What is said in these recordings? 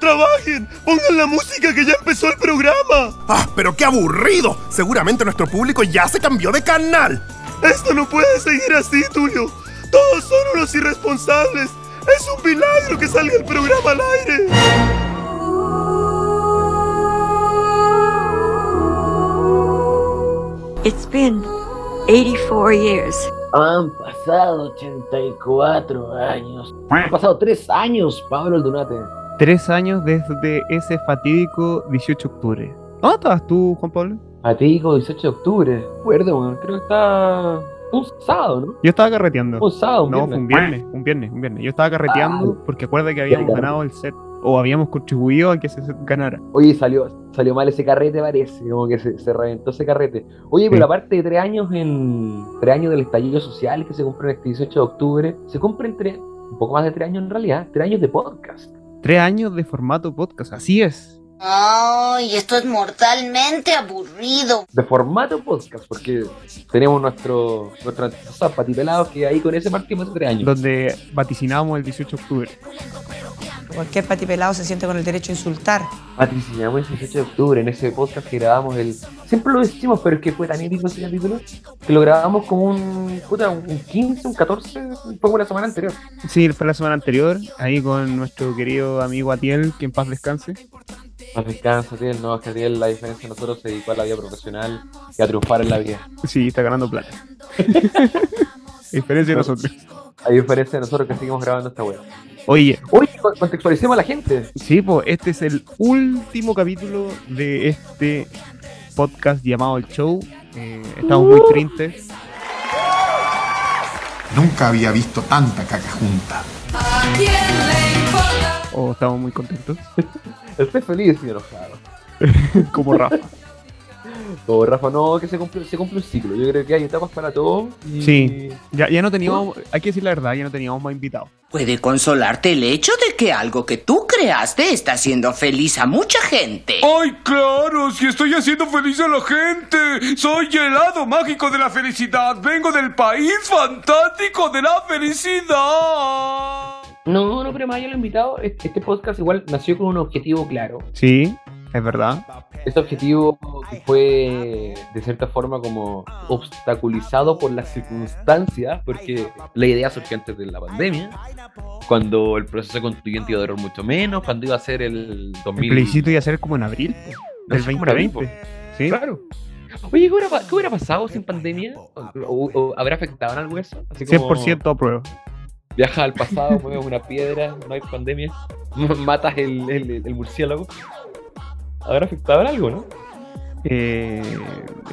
¡Trabajen! ¡Pongan la música que ya empezó el programa! ¡Ah, pero qué aburrido! Seguramente nuestro público ya se cambió de canal. Esto no puede seguir así, Tulio. Todos son unos irresponsables. Es un milagro que salga el programa al aire. It's been 84 years. Han pasado 84 años. Han pasado 3 años, Pablo Aldunate. Tres años desde ese fatídico 18 de octubre. ¿Dónde estabas tú, Juan Pablo? A ti digo 18 de octubre. Recuerdo, weón. Creo que está un sábado, ¿no? Yo estaba carreteando. Un sábado, un No, Oh, viernes. fue un viernes, un viernes, un viernes. Yo estaba carreteando porque acuerda que habíamos claro. ganado el set o habíamos contribuido a que ese set ganara. Oye, salió, salió mal ese carrete, parece. Como que se, se reventó ese carrete. Oye, pero Sí. aparte de tres años en. Tres años del estallido social que se cumple este 18 de octubre. Se cumplen tres. Un poco más de tres años en realidad. Tres años de podcast. Tres años de formato podcast, así es. Ay, esto es mortalmente aburrido. De formato podcast, porque tenemos nuestro. Nuestro zapatipelado que ahí con ese partimos hace tres años. Donde vaticinábamos el 18 de octubre. Cualquier patipelado se siente con el derecho a insultar. Patricinamos el 18 de octubre en ese podcast que grabamos el. Siempre lo decimos, pero es que fue tan épico ese capítulo que lo grabamos como un. puta, un 15, un 14, un poco la semana anterior. Sí, fue la semana anterior, ahí con nuestro querido amigo Atiel, que en paz descanse. Más descanso, Ariel, no, es que Ariel, la diferencia de nosotros se dedicó a la vida profesional y a triunfar en la vida. Sí, está ganando plata. A Diferencia de nosotros. A diferencia de nosotros que seguimos grabando esta web. Oye, Oye, co- contextualicemos a la gente. sí, pues este es el último capítulo de este podcast llamado El Show. Eh, estamos Uh. muy tristes. Nunca había visto tanta caca junta. o estamos muy contentos, Estoy feliz y enojado. como Rafa. Todo, Rafa, no, que se cumple, se cumple un ciclo. Yo creo que hay etapas para todo. y- Sí. Ya, ya no teníamos, hay que decir la verdad, ya no teníamos más invitados. Puede consolarte el hecho de que algo que tú creaste está haciendo feliz a mucha gente. Oh. ¡Ay, claro! ¡Si estoy haciendo feliz a la gente! ¡Soy el helado mágico de la felicidad! ¡Vengo del país fantástico de la felicidad! No, no, pero más allá de lo invitado, este este podcast igual nació con un objetivo claro. Sí, es verdad. Este objetivo fue de cierta forma como obstaculizado por las circunstancias, porque la idea surgió antes de la pandemia, cuando el proceso constituyente iba a durar mucho menos, cuando iba a ser el El 2000. plebiscito iba a ser como en abril No del sé cómo era vivo. 2020. Sí. Claro. Oye, ¿qué hubiera, pa- qué hubiera pasado sin pandemia? ¿O, o- o habrá afectado en algo eso? Así como 100% apruebo. Viajas al pasado, mueves una piedra, no hay pandemia, matas el, el, el murciélago. Habrá afectado en algo, ¿no? Eh,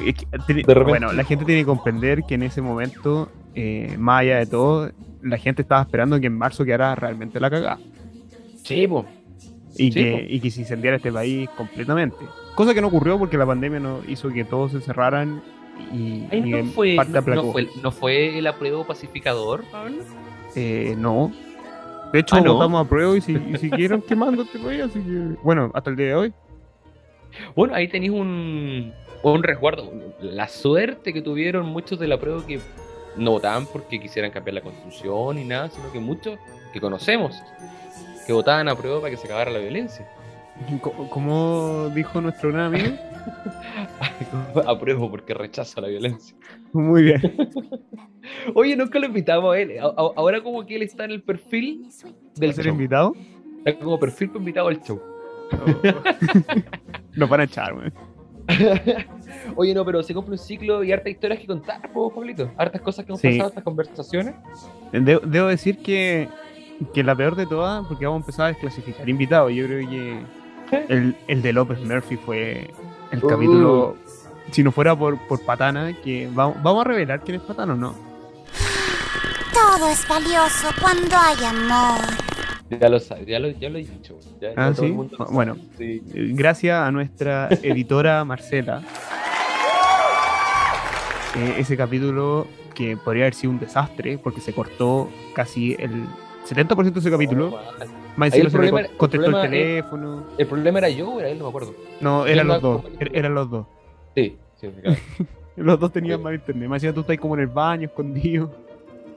es que tiene- De repente. bueno, la gente tiene que comprender que en ese momento, eh, más allá de todo, la gente estaba esperando que en marzo quedara realmente la cagada Sí, pues. Sí, y, que, po. y que se incendiara este país completamente. Cosa que no ocurrió porque la pandemia no hizo que todos se encerraran y, Ay, y no, en fue, parte no- aplacó. no fue- no fue el apruebo pacificador, Pablo. Eh, no. De hecho, Ah, ¿no? votamos a prueba y, si, y siguieron quemando este país, así que. Bueno, hasta el día de hoy. Bueno, ahí tenéis un, un resguardo. La suerte que tuvieron muchos del apruebo que no votaban porque quisieran cambiar la constitución y nada, sino que muchos que conocemos que votaban a prueba para que se acabara la violencia. Co- Como dijo nuestro gran amigo. apruebo porque rechazo la violencia. Muy bien. Oye, nunca lo invitamos a él. A- a- ahora como que él está en el perfil del ¿Ser show. invitado? Está como perfil para invitado al show. Nos van a echar, weón. Oye, no, pero se cumple un ciclo y hartas historias que contar, po, Pablito. Hartas cosas que hemos Sí. pasado, hartas conversaciones. De- debo decir que, que la peor de todas, porque vamos a empezar a desclasificar invitados. Yo creo que el, el de López Murphy fue el Uh. capítulo. Si no fuera por, por Patana, que vamos, vamos a revelar quién es Patana o no. Todo es valioso cuando hay amor. Ya lo sabes, ya lo, ya lo he dicho. güey. Ya, Ah, ya todo el ¿sí? mundo lo sabe. Bueno. Sí. gracias a nuestra editora Marcela. Eh, ese capítulo que podría haber sido un desastre porque se cortó casi el 70% de ese capítulo. Más Oh, Ahí el encima se problema- le co- el contestó el, problema es- teléfono. Ah, El problema era yo, o era él, no me acuerdo. No, eran la- los dos. como- er- Eran los dos. Sí, sí, claro. Los dos tenían mal internet. Más encima tú estás ahí como en el baño, escondido.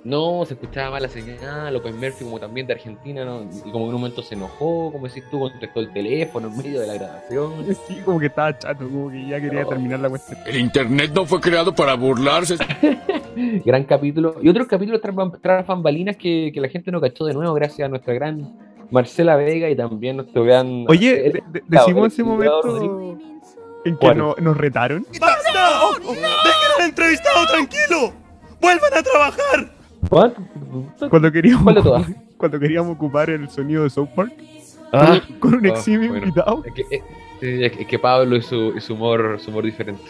No, se escuchaba mal la señal, López Murphy como también de Argentina, ¿no? y como en un momento se enojó, como decís tú, contestó el teléfono en medio de la grabación. Sí, como que estaba chato, como que ya quería terminar la cuestión. El internet no fue creado para burlarse. Gran capítulo. Y otros capítulos tras bam- tras bambalinas que, que la gente no cachó de nuevo gracias a nuestra gran Marcela Vega y también nuestro gran... Oye, el- de- de- decimos en ese el- momento en que ¿Cuál? no- nos retaron. ¡Basta! ¡Dejen al entrevistado tranquilo! ¡Vuelvan a trabajar! ¿What? Cuando queríamos, ¿Cuál de todas? cuando queríamos ocupar el sonido de South Park Ah, con un Ah, eximio bueno. invitado. es, que, es- es- es que Pablo y su, y su humor, su humor diferente.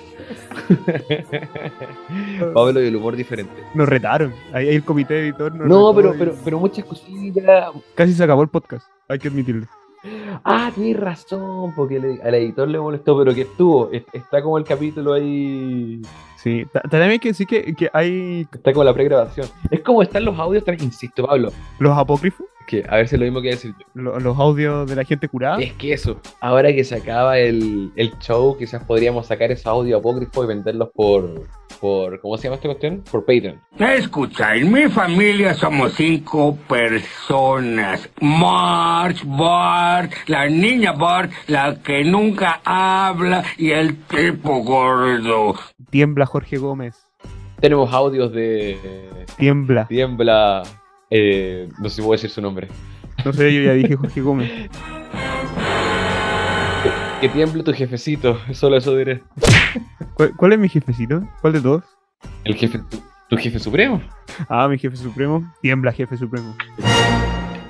Pablo y el humor diferente. Nos retaron. Ahí, ahí el comité de editor nos No, retó pero, y pero, pero muchas cositas, Casi se acabó el podcast. Hay que admitirlo. Ah, tienes razón, porque le- al editor le molestó, pero que estuvo. es- Está como el capítulo ahí. Sí. ta- También hay que decir que, que hay Está como la pregrabación. Es como están los audios, tra- insisto, Pablo. los apócrifos, Que a ver si es lo mismo que decir yo. lo- los audios de la gente Ah. curada. Es que eso, ahora que se acaba el, el show, quizás podríamos sacar esos audios apócrifos y venderlos por. por ¿Cómo se llama esta cuestión? Por Patreon. Escucha, en mi familia somos cinco personas. March, Bart, la niña Bart, la que nunca habla y el tipo gordo. Tiembla Jorge Gómez. Tenemos audios de. Tiembla. Tiembla. eh, no sé si puedo decir su nombre. No sé, yo ya dije Jorge Gómez. Que tiemble tu jefecito, solo eso diré. ¿Cuál, cuál es mi jefecito? ¿Cuál de todos? El jefe. tu- tu jefe supremo. Ah, mi jefe supremo. Tiembla, jefe supremo.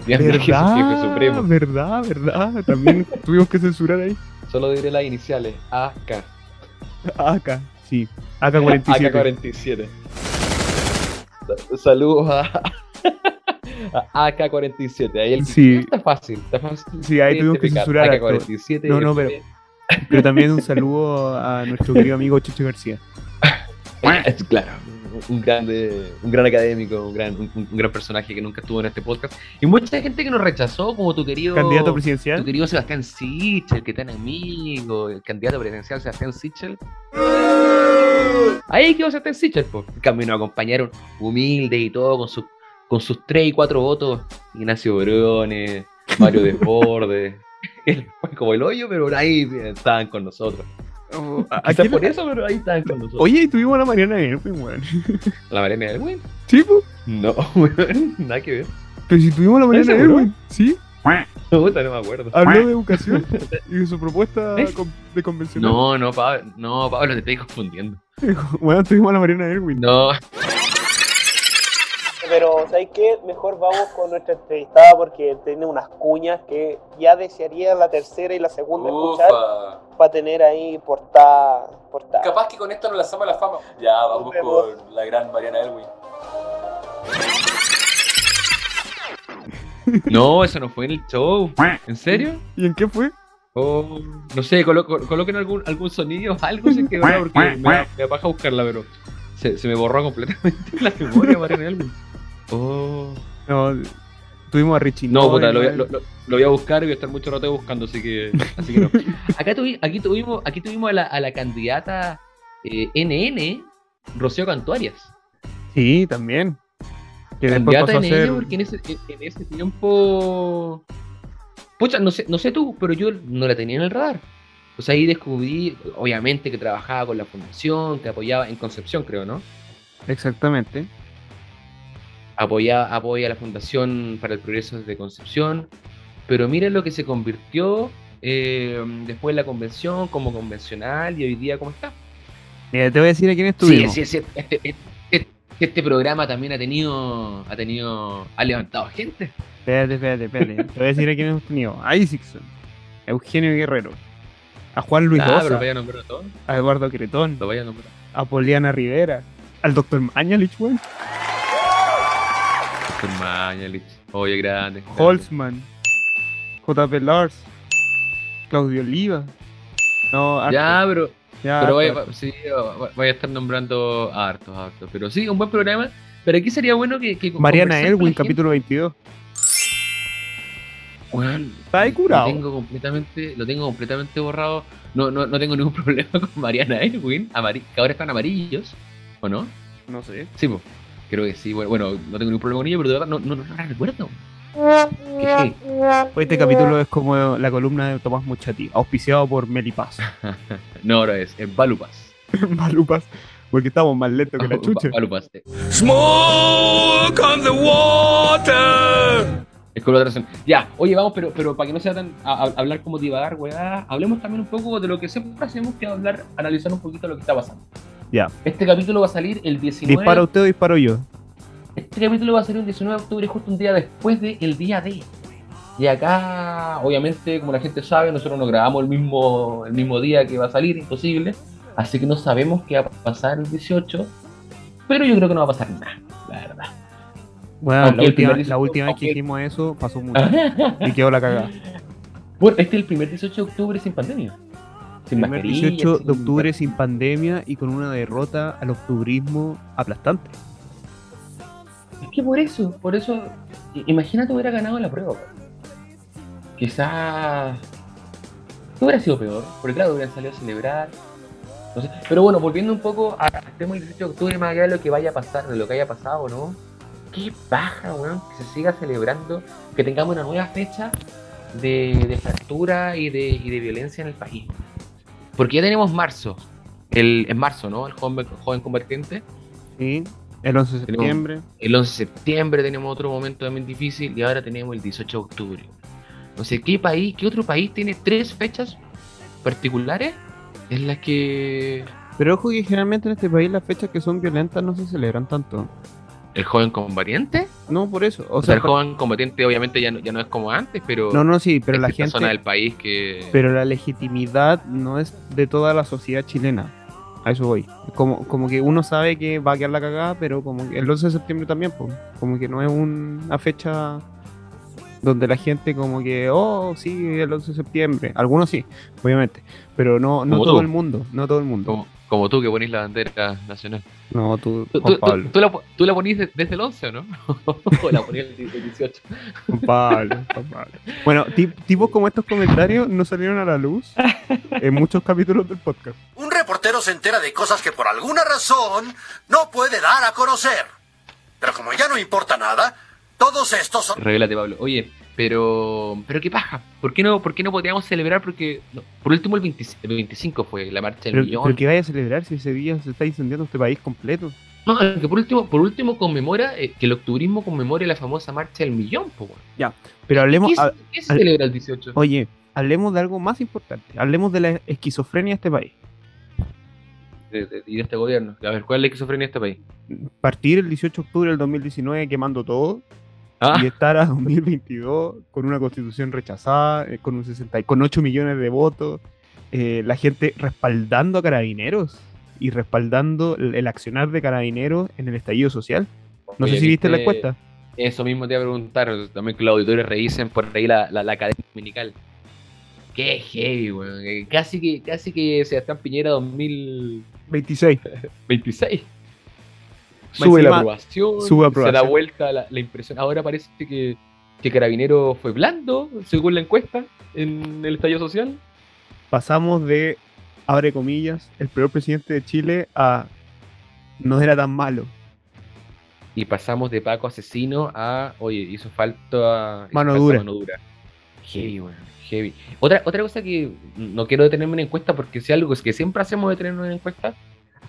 Tiembla que es un jefe supremo. verdad, verdad. También tuvimos que censurar ahí. Solo diré las iniciales, AK. AK, Ah, sí. AK-47. AK-47. Sa- Saludos a, a AK-47. Ahí el Sí. está fácil, está fácil. Sí, ahí tuvimos que identificar. censurar a todos. AK-47. No, no, pero- Pero también un saludo a nuestro querido amigo Checho García. Es- Claro, un, grande, un gran académico, un gran, un, un gran personaje que nunca estuvo en este podcast. Y mucha gente que nos rechazó, como tu querido. Candidato Tu presidencial. querido Sebastián Sichel, que tan amigo, el candidato presidencial Sebastián Sichel. Ahí quedó Sebastián Sichel, pues. En cambio, nos acompañaron humildes y todo, con, sus con sus 3 y 4 votos. Ignacio Briones, Mario Desbordes. Él fue como el hoyo, pero ahí eh, estaban con nosotros. Oh, ¿A- a Quizás quién- por eso, pero ahí estaban con nosotros. Oye, y tuvimos a la Mariana bien, pues, weón. ¿La Mariana Elwin? Sí, pues. No, weón, nada que ver. Pero si tuvimos a la Mariana seguro? Erwin, sí, Puta, no me acuerdo. habló de educación y de su propuesta ¿Ves? con- de convención. No, no, Pablo, no, Pablo, te estoy confundiendo. Bueno, tuvimos a la Mariana Erwin. No, Pero, ¿sabes qué? Mejor vamos con nuestra entrevistada porque tiene unas cuñas que ya desearía la tercera y la segunda escuchar para tener ahí portada. portada. que con esto no la a la fama. Ya, vamos con la gran Mariana Elwin. no, eso no fue en el show. ¿En serio? ¿Y en qué fue? Oh, no sé, colo- col- coloquen algún, algún sonido, algo se quedó porque me, da- me apaja buscarla, pero se, se me borró completamente la memoria, Mariana Elwin. Oh. No, tuvimos a Richie. No, puta, Noel, lo, voy a- weón. lo- lo- lo voy a buscar y voy a estar mucho rato buscando, así que, así que no. Acá tuvi- aquí tuvimos, aquí tuvimos a la, a la candidata eh, NN, Rocío Cantuarias. Sí, también. Que después Candidata pasó a NN, ser. porque en ese, en- en ese tiempo. Pucha, no sé, no sé tú, pero yo no la tenía en el radar. O sea, ahí descubrí, obviamente, que trabajaba con la fundación, que apoyaba en Concepción, creo, ¿no? Exactamente. Apoya, apoya la Fundación para el Progreso de Concepción. Pero mira lo que se convirtió eh, después de la convención, como convencional, y hoy día, ¿cómo está? Mira, te voy a decir a quién Sí, estuvimos. sí, sí, este, este- este programa también ha tenido, ha tenido, ha levantado gente. Espérate, espérate, espérate. te voy a decir a quién hemos tenido. A Isaacson, a Eugenio Guerrero, a Juan Luis Ah, Bosa, pero lo voy a nombrar a todos, a Eduardo Cretón, lo voy a nombrar. a Poliana Rivera, al doctor Mañalich, weón, Con Mañalich. Oye, grande. grande. Holzman, JP Lars, Claudio Oliva. No, harto, Ya, pero, ya, pero harto, vaya, harto. va- sí, va- vaya a estar nombrando a hartos, a hartos. Pero sí, un buen programa. Pero aquí sería bueno que. que Mariana conversar con Elwin, la gente. capítulo 22. Weón, Está ahí curado. Lo tengo completamente, lo tengo completamente borrado. No, no, no tengo ningún problema con Mariana Elwin, amari- que ahora están amarillos. ¿O no? No sé. Sí, po. Creo que sí, bueno, bueno, no tengo ningún problema con ella, pero de verdad no, no, no la recuerdo. Pues Este capítulo es como la columna de Tomás Muchati, auspiciado por Melipaz. No, ahora es, es Balupas. Malupas, porque estamos más lentos que la chucha. Balupas. eh. Smoke on the water. Es con la otra razón. Ya, oye, vamos, pero, pero para que no sea tan a- a- hablar como divagar, weá, hablemos también un poco de lo que siempre hacemos, que es hablar, analizar un poquito lo que está pasando. Ya. Este capítulo va a salir el 19. Dispara usted o disparo yo. Este capítulo va a salir el 19 de octubre, justo un día después del día D. Y acá, obviamente, como la gente sabe, nosotros nos grabamos el mismo, el mismo día que va a salir, imposible. Así que no sabemos qué va a pasar el 18. Pero yo creo que no va a pasar nada, la verdad. Bueno, Aunque la el última, primer la última vez que aunque- hicimos eso pasó mucho. y quedó la cagada. Bueno, este es el primer 18 de octubre sin pandemia. Sin Primer mascarilla, 18 sin- de octubre sin pandemia y con una derrota al octubrismo aplastante. Es que por eso, por eso, i- imagínate hubiera ganado la prueba. Quizás no hubiera sido peor, porque claro, hubieran salido a celebrar. No sé. Pero bueno, volviendo un poco a- al tema del 18 de octubre, más allá de lo que vaya a pasar, de lo que haya pasado, ¿no? Qué paja, weón, que se siga celebrando, que tengamos una nueva fecha de, de fractura y de, y de violencia en el país. Porque ya tenemos marzo, el, en marzo, ¿no? El joven, joven convergente. Sí, el 11 de Tenemos- septiembre. el 11 de septiembre tenemos otro momento también difícil y ahora tenemos el 18 de octubre. No sé qué país, qué otro país tiene tres fechas particulares en las que Pero ojo que generalmente en este país las fechas que son violentas no se celebran tanto. el joven combatiente, No, por eso. o, O sea, sea, el joven combatiente obviamente ya no, ya no es como antes, pero no, no, sí, pero la esta zona gente. del país que Pero la legitimidad no es de toda la sociedad chilena. A eso voy. Como, como que uno sabe que va a quedar la cagada, pero como que el 11 de septiembre también, po. como que no es una fecha donde la gente como que, oh, sí, el 11 de septiembre. Algunos sí, obviamente, pero no, no Como todo tú. el mundo, no todo el mundo. como, como tú que ponís la bandera nacional. No, tú, Oh. Tú, Juan tú- Pablo, tú- tú la, po- tú la ponís de- desde el 11, ¿o ¿no? o la ponís el 18. Juan Pablo, Juan Pablo. Bueno, ti- tipos como estos comentarios no salieron a la luz en muchos capítulos del podcast. Un reportero se entera de cosas que por alguna razón no puede dar a conocer. Pero como ya no importa nada, todos estos son... Revélate, Pablo. Oye, pero pero qué paja. ¿Por qué no, por qué no podíamos celebrar? Porque no, por último el, 25 el 25 fue la marcha del Pero, millón. pero que vaya a celebrar si ese día se está incendiando este país completo. No, que por último, por último conmemora eh, que el octubrismo conmemore la famosa marcha del millón, po. weón. Pero hablemos. ¿Qué, se- ha- qué se ha- celebra el 18? oye, hablemos de algo más importante. Hablemos de la esquizofrenia de este país. De- de- y de este gobierno. A ver, ¿cuál es la esquizofrenia de este país? Partir el 18 de octubre del 2019 quemando todo Ah. y estar a 2022 con una constitución rechazada, eh, con, un 60, y- con 8 millones de votos, eh, la gente respaldando a carabineros y respaldando el, el accionar de carabineros en el estallido social. No Oye, sé si viste la ¿viste? encuesta. Eso mismo te iba a preguntar. También que los auditores revisen por ahí la, la, la cadena dominical. Qué heavy, weón. Eh, Casi que, casi que Sebastián Piñera 2026. 26. Sube encima, la aprobación. sube Se da aprobación. vuelta la, la impresión. Ahora parece que, que Carabinero fue blando, según la encuesta, en el estallido social. pasamos de, abre comillas, el peor presidente de Chile a no era tan malo. Y pasamos de Paco asesino a, oye, hizo falta hizo Mano falta dura. Mano dura. Heavy, weón, heavy. Otra, otra cosa que no quiero detenerme en encuesta porque si algo es que siempre hacemos detenernos en encuesta,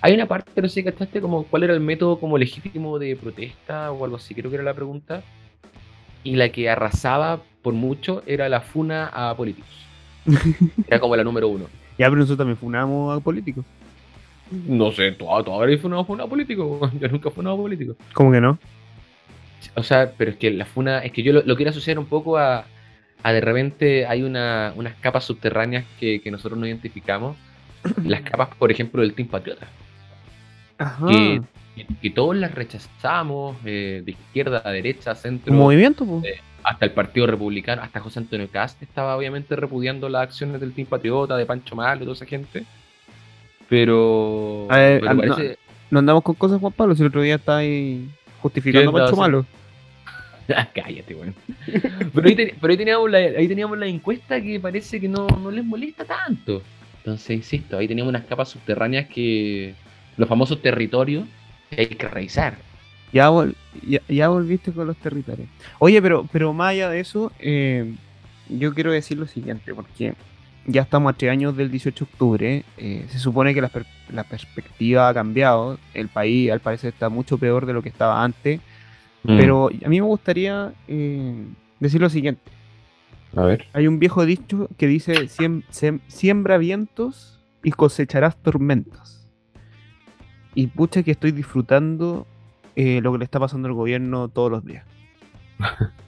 hay una parte, no sé, ¿cachaste? Como cuál era el método como legítimo de protesta o algo así, creo que era la pregunta. Y la que arrasaba por mucho era la funa a políticos. Era como la número uno. Ya, pero nosotros también funamos a políticos. No sé, tú, tú habrás funado a funado político. weón. Yo nunca he funado a político. ¿Cómo que no? O sea, pero es que la funa, es que yo lo, lo quiero asociar un poco a, a de repente hay una, unas capas subterráneas que, que nosotros no identificamos. Las capas, por ejemplo, del Team Patriota, Ajá. que, que todos las rechazamos, eh, de izquierda a derecha, centro, Un movimiento, po. eh, hasta el Partido Republicano, hasta José Antonio Cast estaba obviamente repudiando las acciones del Team Patriota, de Pancho Malo, toda esa gente. Pero, A ver, pero a- no, parece- No andamos con cosas, Juan Pablo, si el otro día está ahí justificando a ¿Qué andaba Pancho Malo. haciendo? Ah, Cállate, weón. Pero, ahí, ten- pero ahí teníamos la, ahí teníamos la encuesta que parece que no, no les molesta tanto. Entonces, insisto, ahí teníamos unas capas subterráneas que. Los famosos territorios que hay que revisar. Ya, vol- ya, ya volviste con los territorios. Oye, pero, pero más allá de eso, eh, yo quiero decir lo siguiente, porque ya estamos a tres años del 18 de octubre. eh, se supone que la, per- la perspectiva ha cambiado. El país, al parecer, está mucho peor de lo que estaba antes. Mm. Pero a mí me gustaría eh, decir lo siguiente. A ver. Hay un viejo dicho que dice, "Siem- sem- siembra vientos y cosecharás tormentas. Y pucha que estoy disfrutando eh, lo que le está pasando al gobierno todos los días.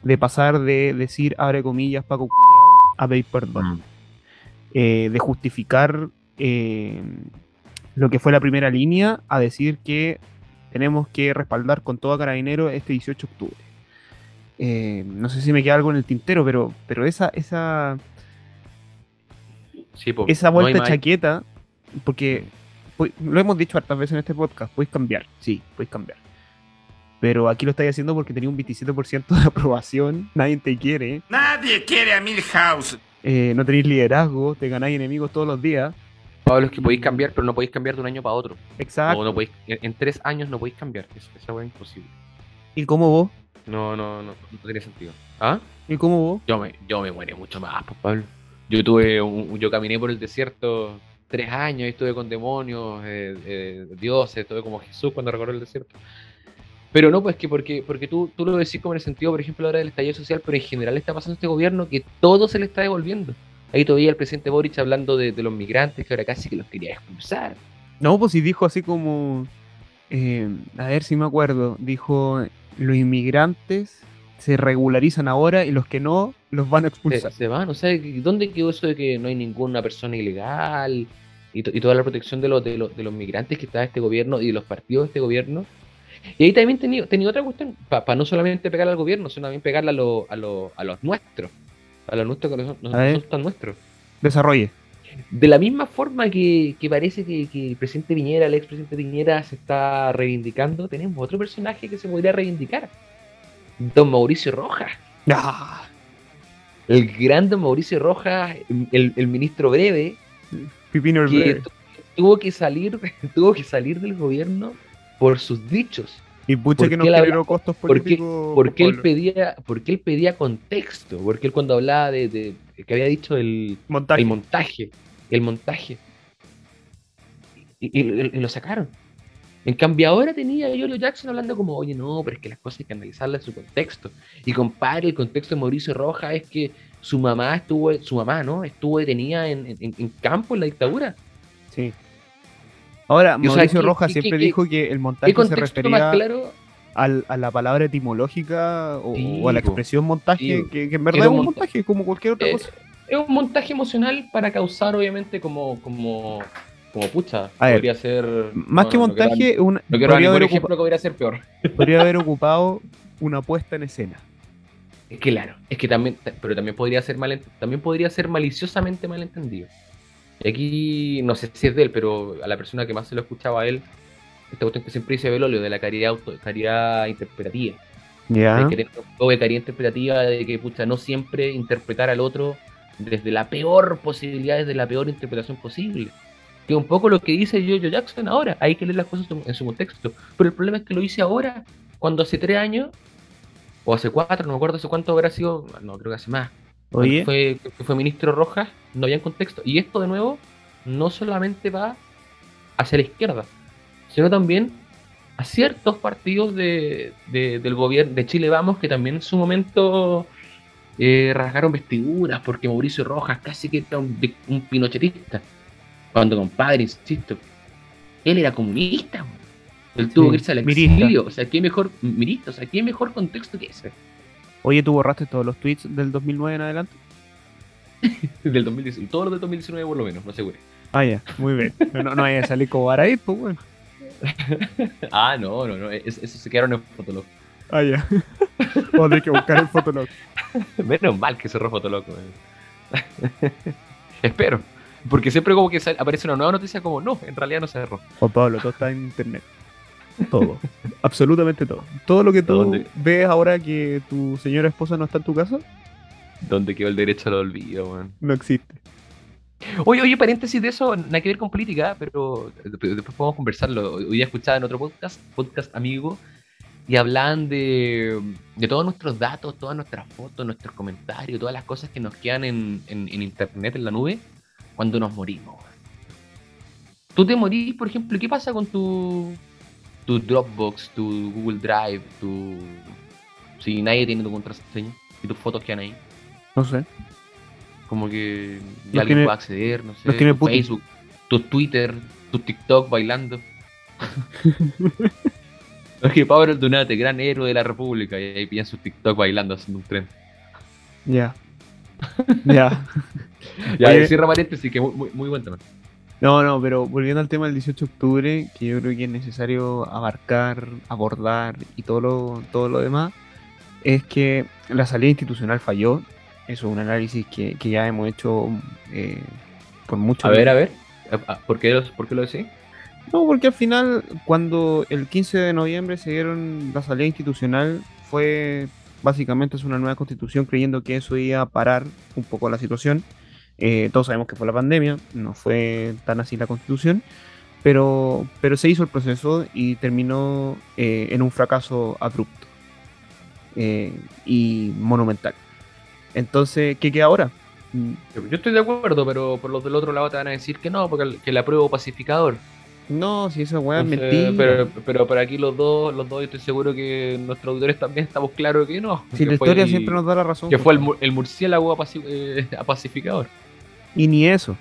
De pasar de decir, abre comillas, Paco culiao, a pedir perdón. Mm. Eh, de justificar eh, lo que fue la primera línea a decir que tenemos que respaldar con toda carabinero este 18 de octubre. Eh, no sé si me queda algo en el tintero, pero, pero esa, esa, Sí, po, esa no hay vuelta más. chaqueta, porque pu- lo hemos dicho hartas veces en este podcast, podéis cambiar, sí, podéis cambiar. Pero aquí lo estáis haciendo porque tenía un 27% de aprobación, nadie te quiere, Nadie quiere a Milhouse. eh, no tenéis liderazgo, te ganáis enemigos todos los días. Pablo, es que podéis cambiar, pero no podéis cambiar de un año para otro. Exacto. No, no podéis- en, en tres años no podéis cambiar. Es, esa hueá es imposible. ¿Y cómo vos? No, no, no, no tiene sentido. ¿Ah? ¿Y cómo vos? Yo me, yo me muere mucho más, pues, Pablo. Yo tuve un- yo caminé por el desierto tres años y estuve con demonios, eh, eh, dioses, estuve como Jesús cuando recorrió el desierto. Pero no, pues que porque, porque tú, tú lo decís como en el sentido, por ejemplo, ahora del estallido social, pero en general está pasando este gobierno que todo se le está devolviendo. Ahí todavía el presidente Boric hablando de, de los migrantes que ahora casi que los quería expulsar. No, pues si dijo así como, eh, a ver si me acuerdo, dijo, los inmigrantes se regularizan ahora y los que no los van a Se, expulsar. se van, o sea, ¿y ¿dónde quedó eso de que no hay ninguna persona ilegal y, to- y toda la protección de los, de, los, de los migrantes que está este gobierno y de los partidos de este gobierno? Y ahí también tenía, tenía otra cuestión, para no solamente pegar al gobierno, sino también pegarle a, lo- a, lo- a los nuestros, a los nuestros que no son, no- A no ver. son tan nuestros. Desarrolle. De la misma forma que, que parece que, que el presidente Piñera, el expresidente Piñera se está reivindicando, tenemos otro personaje que se podría reivindicar, don Mauricio Rojas. Ah, el gran don Mauricio Rojas, el, el ministro breve, Pipino el que breve. tu- tuvo que salir, tuvo que salir del gobierno por sus dichos. Y pucha ¿Por que qué nos él habla- generó costos ¿Por qué, políticos. por qué él Oh, Pablo. pedía, por qué él pedía contexto? Porque él cuando hablaba de, de- que había dicho el Montaje. el montaje, el montaje. Y, y- y lo sacaron. En cambio, ahora tenía a Giorgio Jackson hablando como, oye, no, pero es que las cosas hay que analizarlas en su contexto. Y compadre, el contexto de Mauricio Rojas es que su mamá estuvo, su mamá, ¿no? Estuvo detenida en, en- en campo en la dictadura. Sí. Ahora, Y, o sea, Mauricio ¿qué- Rojas qué- siempre qué- dijo que el montaje se contexto más refería claro? al- a la palabra etimológica o, Sí, o a la po. expresión montaje, Sí, po. que, que en Era verdad es un un monta- montaje como cualquier otra Eh, cosa. es un montaje emocional para causar, obviamente, como, como, como pucha. A ver, podría ser. Más no, que no quiero dar- montaje, un- No quiero dar podría, ningún haber ejemplo que podría ser peor. ocupa- podría haber ocupado una puesta en escena. Es que, Claro, es que también, ta- pero también podría ser mal, también podría ser maliciosamente malentendido. Y aquí, no sé si es de él, pero a la persona que más se lo escuchaba a él, esta cuestión que siempre dice Belolio, de la caridad, auto, caridad interpretativa. Ya. De que tener un poco de caridad interpretativa, de que, pucha, no siempre interpretar al otro desde la peor posibilidad, desde la peor interpretación posible. Que un poco lo que dice Jojo Jackson ahora, hay que leer las cosas en su- en su contexto. Pero el problema es que lo hice ahora, cuando hace tres años o hace cuatro, no me acuerdo hace cuánto habrá sido, no, creo que hace más. Cuando Oye. Fue, que fue ministro Rojas, no había en contexto. Y esto, de nuevo, no solamente va hacia la izquierda, sino también a ciertos partidos de, de- del gobierno de Chile Vamos que también en su momento eh, rasgaron vestiduras porque Mauricio Rojas casi que era un, dic- un pinochetista. Cuando, compadre, insisto, él era comunista. weón. Él tuvo que irse al mirista. exilio. O sea, qué mejor, mirista, o sea, qué mejor contexto que ese. Oye, ¿tú borraste todos los tweets del 2009 en adelante? Del 2019, todos los del 2019 por lo menos, no aseguré. Ah, ya, muy bien. No, no hay que salir cobar ahí, pues bueno. Ah, no, no, no, es- esos se quedaron en Fotolog. Ah, ya. Vamos a tener que buscar el Fotolog. Menos mal que cerró Fotolog. weón. Espero, porque siempre como que sale- aparece una nueva noticia como, no, en realidad no cerró. Juan Pablo, todo está en internet. Todo. Absolutamente todo. Todo lo que tú ¿Dónde? ves ahora que tu señora esposa no está en tu casa, ¿Dónde quedó el derecho al olvido, weón? no existe. Oye, oye, paréntesis de eso, nada que ver con eh, política, pero después podemos conversarlo. Hoy día escuchaba en otro podcast, podcast amigo, y hablaban de, de todos nuestros datos, todas nuestras fotos, nuestros comentarios, todas las cosas que nos quedan en, en- en internet, en la nube, cuando nos morimos. Tú te morís, por ejemplo, ¿y ¿qué pasa con tu, tu Dropbox, tu Google Drive, tu... Si nadie tiene tu contraseña y tus fotos quedan ahí, No sé. como que ya Los alguien tiene- puede acceder, no sé, los tiene tu Putin. Facebook, tu Twitter, tu TikTok bailando. Es que Pablo Donate, gran héroe de la República, y ahí pillan su TikTok bailando haciendo un tren. Ya. Ya. Ya, Oye, cierra paréntesis, que muy, muy, muy buen tema. No, no, pero volviendo al tema del 18 de octubre, que yo creo que es necesario abarcar, abordar y todo lo, todo lo demás, es que la salida institucional falló. Eso es un análisis que, que ya hemos hecho eh, por mucho A ver, tiempo. a ver, a- a- ¿por qué, los- por qué lo decís? No, porque al final, cuando el 15 de noviembre se dieron la salida institucional, fue básicamente es una nueva constitución creyendo que eso iba a parar un poco la situación. Eh, todos sabemos que fue la pandemia, no fue tan así la constitución, pero, pero se hizo el proceso y terminó eh, en un fracaso abrupto eh, y monumental. Entonces, ¿qué queda ahora? Mm, Yo estoy de acuerdo, pero por los del otro lado te van a decir que no, porque el- que la apruebo pacificador. No, si esa weá es Entonces, mentira. Pero, pero para aquí los dos, los dos, yo estoy seguro que nuestros auditores también estamos claros que no. Si la que fue historia el- siempre nos da la razón. Que fue el, mur- el murciélago apaci- eh, apacificador. Y ni eso.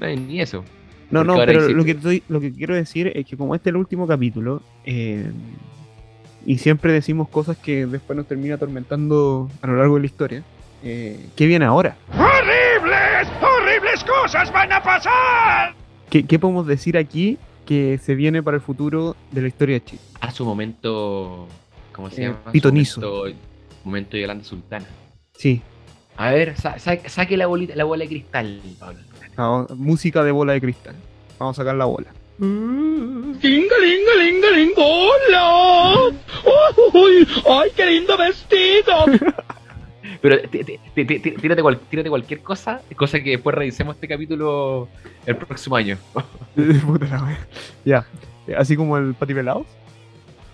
No, ni eso. No, Porque no, ahora pero existe- lo que, estoy- lo que quiero decir es que como este es el último capítulo, eh, y siempre decimos cosas que después nos termina atormentando a lo largo de la historia, eh, ¿qué viene ahora? ¡Horribles! ¡Horribles cosas van a pasar! ¿Qué, qué podemos decir aquí que se viene para el futuro de la historia de Chile? A su momento. ¿Cómo se Eh, llama? Su pitonizo. Momento, momento Yolanda Sultana. Sí, A ver, sa- sa- saque la bolita, la bola de cristal, Pablo. vamos- música de bola de cristal. Vamos a sacar la bola. Mm. ¡Hola! ¡Uy! ¡Ay, qué lindo vestido! Pero ti- ti- ti- ti- ti- tírate, cual- tírate cualquier cosa, cosa que después revisemos este capítulo el próximo año. Puta la wea. ya, así como el Pati Pelaos.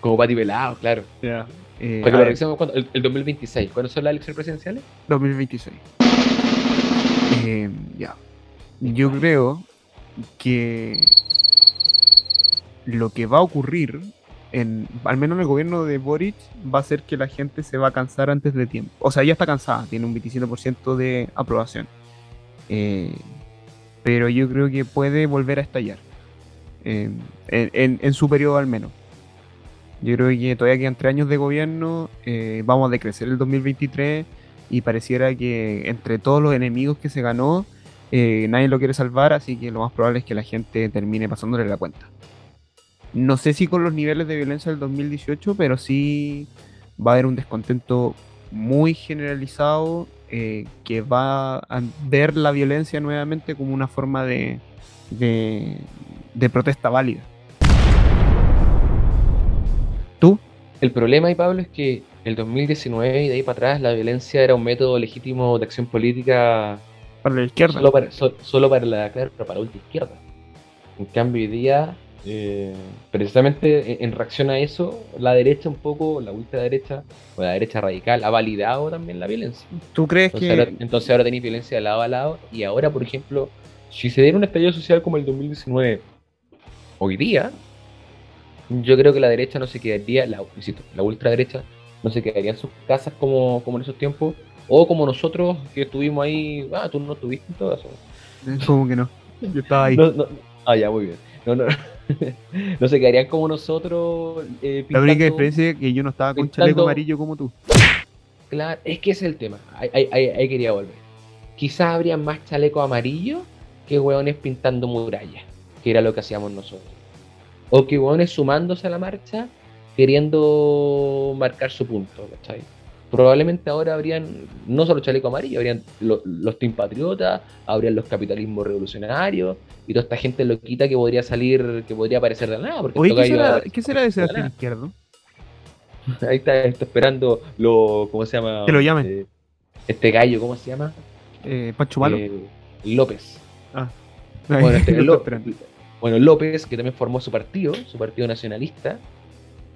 Como Pati Pelado, claro. Ya. Eh, Para que a lo ver, revisemos cuando, el, el 2026. ¿Cuándo son las elecciones presidenciales? 2026. Eh, ya. Yo creo que lo que va a ocurrir, en, al menos en el gobierno de Boric, va a ser que la gente se va a cansar antes de tiempo. O sea, ya está cansada, tiene un 27% de aprobación. Eh, pero yo creo que puede volver a estallar. Eh, en, en- en su periodo al menos. Yo creo que todavía quedan tres años de gobierno, eh, vamos a decrecer el 2023 y pareciera que entre todos los enemigos que se ganó, eh, nadie lo quiere salvar, así que lo más probable es que la gente termine pasándole la cuenta. No sé si con los niveles de violencia del 2018, pero sí va a haber un descontento muy generalizado eh, que va a ver la violencia nuevamente como una forma de, de, de protesta válida. El problema ahí, Pablo, es que el 2019 y de ahí para atrás la violencia era un método legítimo de acción política Para la izquierda. solo para, so- solo para la claro, para la ultraizquierda. En cambio, hoy día, eh, precisamente en, en reacción a eso, la derecha un poco, la ultraderecha o la derecha radical ha validado también la violencia. ¿Tú crees Entonces, que ahora, entonces ahora tenéis violencia de lado a lado y ahora, por ejemplo, si se diera un estallido social como el 2019 hoy día, yo creo que la derecha no se quedaría, la, insisto, la ultraderecha no se quedaría en sus casas como, como en esos tiempos o como nosotros que estuvimos ahí, ah, tú no estuviste en todo eso. como que no? Yo estaba ahí. No, no, ah, ya, muy bien. No, no, no se quedarían como nosotros. eh, la única pintando- diferencia es que yo no estaba con pintando- chaleco amarillo como tú. Claro, es que ese es el tema. Ahí, ahí- ahí- ahí quería volver. Quizás habría más chaleco amarillo que hueones pintando murallas, que era lo que hacíamos nosotros. O que hueones sumándose a la marcha queriendo marcar su punto, ¿cachai? Probablemente ahora habrían no solo chaleco amarillo, habrían lo- los team patriotas, habrían los capitalismos revolucionarios y toda esta gente loquita que podría salir, que podría aparecer de la nada. Porque Oye, toca ¿qué ahí será, va- ¿qué será de Sebastián Izquierdo? Ahí está, está esperando lo. ¿Cómo se llama? Que lo llamen. Eh, Este gallo, ¿cómo se llama? Eh, Pancho Malo. Eh, López. Ah. Bueno, este- Lo Lo- esperan. bueno, López, que también formó su partido, su partido nacionalista,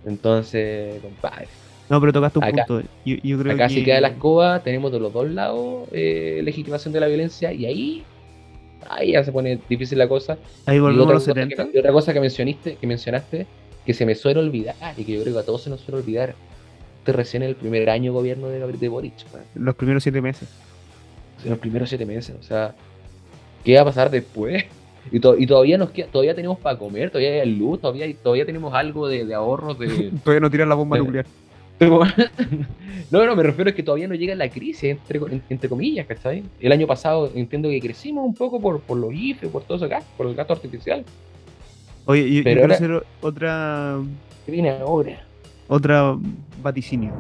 Entonces, compadre. No, pero tocaste un Acá. punto. Yo, yo creo Acá que... si queda la escoba, tenemos de los dos lados eh, legitimación de la violencia y ahí, ahí ya se pone difícil la cosa. Ahí Y volvemos a otra los cosa que- 70. y otra cosa que mencionaste, que mencionaste, que se me suele olvidar y que yo creo que a todos se nos suele olvidar. Este recién es el primer año de gobierno de, Gabriel- de Boric, weón. Los primeros siete meses. en los primeros siete meses. O sea, ¿qué va a pasar después? Y, to- y todavía nos queda- todavía tenemos para comer, todavía hay luz, todavía, hay- todavía tenemos algo de, de ahorros de, Todavía no tiran la bomba Bueno. nuclear. No, no, me refiero es que todavía no llega la crisis, entre, co- en- entre comillas, ¿cachai? El año pasado entiendo que crecimos un poco por, por los IFE, por todo eso gas, por el gasto artificial. Oye, yo- Pero yo, quiero ahora- hacer o- otra, ¿Qué viene ahora? otra vaticinio.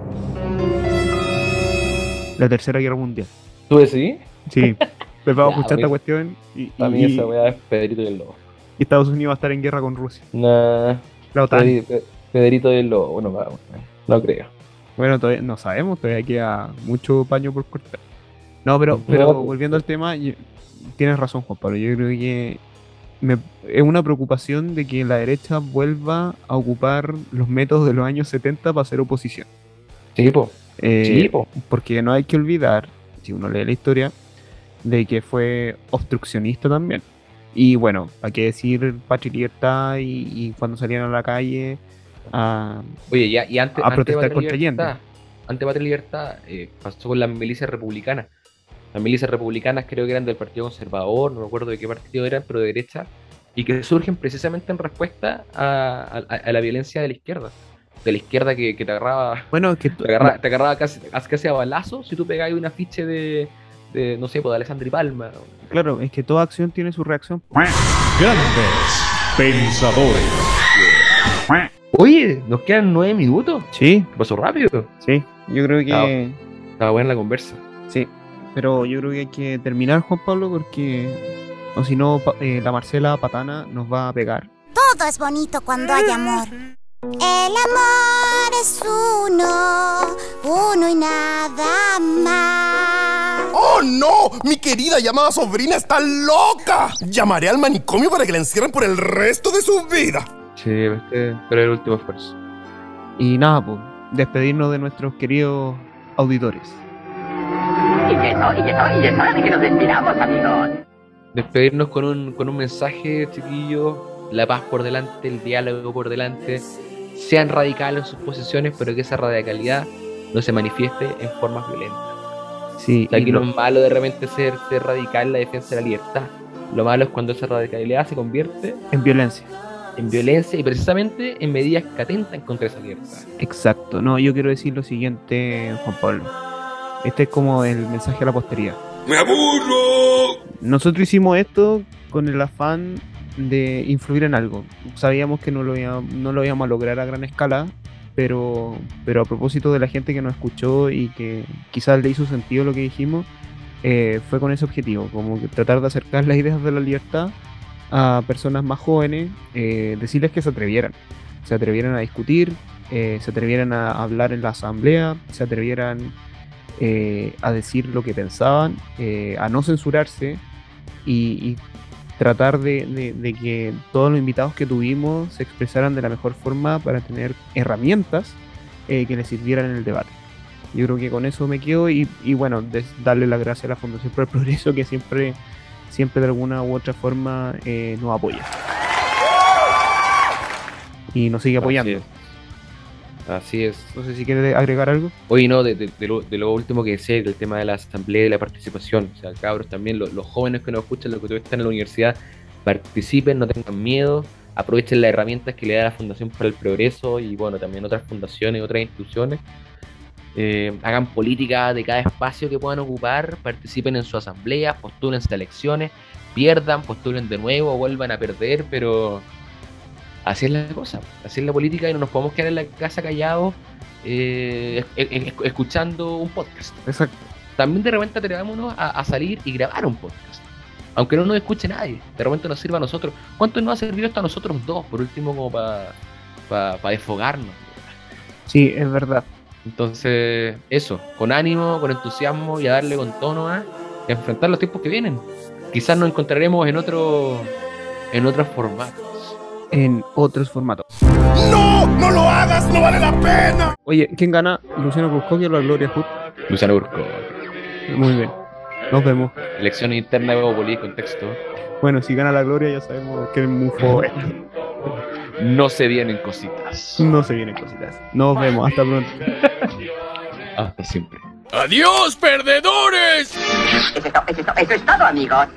La Tercera Guerra Mundial. ¿Tú decís? Sí. Les vamos Ya, a escuchar esta pues. cuestión y, Para mí y- esa weá es Pedrito del Lobo. y Estados Unidos va a estar en guerra con Rusia. Nah, La OTAN. Pedri- Pe- Pedrito del Lobo, bueno, va, bueno, no creo. Bueno, todavía no sabemos, todavía queda mucho paño por cortar. No, pero, pero No. volviendo al tema, yo- tienes razón, Juan Pablo. Yo creo que me- es una preocupación de que la derecha vuelva a ocupar los métodos de los años 70 para hacer oposición. Sí, po. Eh, Sí, po. Porque no hay que olvidar, si uno lee la historia, de que fue obstruccionista también. Y bueno, hay que decir patria y libertad y, y cuando salían a la calle Ah, a, Oye, ya, y antes, a antes de protestar Patria contra Allende. Libertad, antes de y Libertad, eh, pasó con las milicias republicanas. Las milicias republicanas creo que eran del Partido Conservador, no me acuerdo de qué partido eran, pero de derecha, y que surgen precisamente en respuesta a, a- a la violencia de la izquierda. De la izquierda que, que te agarraba, Bueno, que te agarraba, te agarraba casi, casi a balazos si tú pegabas un afiche de, de, no sé, pues, de Alessandri Palma. Claro, es que toda acción tiene su reacción. Grandes pensadores. Oye, nos quedan nueve minutos. Sí. Pasó rápido. Sí, yo creo que. Estaba, estaba buena la conversa. Sí, pero yo creo que hay que terminar, Juan Pablo, porque. O si no, pa- eh, la Marcela Patana nos va a pegar. Todo es bonito cuando hay amor. El amor es uno, uno y nada más. ¡Oh, no! ¡Mi querida llamada sobrina está loca! Llamaré al manicomio para que la encierren por el resto de su vida. Sí, este, pero el último esfuerzo. Y nada, pues, despedirnos de nuestros queridos auditores. Y eso, y eso, y es hora de que nos despidamos, amigos. despedirnos con un, con un mensaje, chiquillo. La paz por delante, el diálogo por delante. Sean radicales en sus posiciones, pero que esa radicalidad no se manifieste en formas violentas. Sí, O sea, y que no- lo malo de repente ser, ser radical en la defensa de la libertad. Lo malo es cuando esa radicalidad se convierte en violencia. en violencia y precisamente en medidas que atentan contra esa libertad. Exacto, no, yo quiero decir lo siguiente, Juan Pablo. Este es como el mensaje a la posteridad. ¡Me aburro! Nosotros hicimos esto con el afán de influir en algo. Sabíamos que no lo, iba- no lo íbamos a lograr a gran escala, pero, pero a propósito de la gente que nos escuchó y que quizás le hizo sentido lo que dijimos, eh, fue con ese objetivo, como que tratar de acercar las ideas de la libertad a personas más jóvenes, eh, decirles que se atrevieran, se atrevieran a discutir, eh, se atrevieran a hablar en la asamblea, se atrevieran eh, a decir lo que pensaban, eh, a no censurarse y, y tratar de, de- de que todos los invitados que tuvimos se expresaran de la mejor forma para tener herramientas eh, que les sirvieran en el debate. Yo creo que con eso me quedo y, y bueno, des- darle las gracias a la Fundación por el Progreso que siempre, siempre de alguna u otra forma eh, nos apoya. Y nos sigue apoyando. Así es. No sé si quiere agregar algo. Oye, no, de, de- de lo, de lo último que decía, del tema de la asamblea y la participación. O sea, cabros, también lo- los jóvenes que nos escuchan, los que todavía están en la universidad, participen, no tengan miedo, aprovechen las herramientas que le da la Fundación para el Progreso y, bueno, también otras fundaciones, otras instituciones. Eh, hagan política de cada espacio que puedan ocupar, participen en su asamblea, postúlense a elecciones, pierdan, postulen de nuevo, vuelvan a perder, pero así es la cosa, así es la política y no nos podemos quedar en la casa callados eh, es- es- es- escuchando un podcast. Exacto. También de repente atrevámonos a, a salir y grabar un podcast. Aunque no nos escuche nadie, de repente nos sirva a nosotros. ¿Cuánto nos ha servido esto a nosotros dos, por último, como para desfogarnos? Sí, es verdad. Entonces, eso, con ánimo, con entusiasmo y a darle con tono a, y a enfrentar los tiempos que vienen. Quizás nos encontraremos en otro en otros formatos. En otros formatos. ¡No! ¡No! ¡No lo hagas! ¡No vale la pena! Oye, ¿quién gana? ¿Luciano Cruzcoque o la Gloria Hood? Luciano Urco. Muy bien. Nos vemos. Elección interna de Bopolí, contexto. Bueno, si gana la Gloria ya sabemos que es mufo. es. No se vienen cositas. No se vienen cositas. Nos vemos. Hasta pronto. Hasta siempre. ¡Adiós, perdedores! Eso es todo, eso es todo, amigos.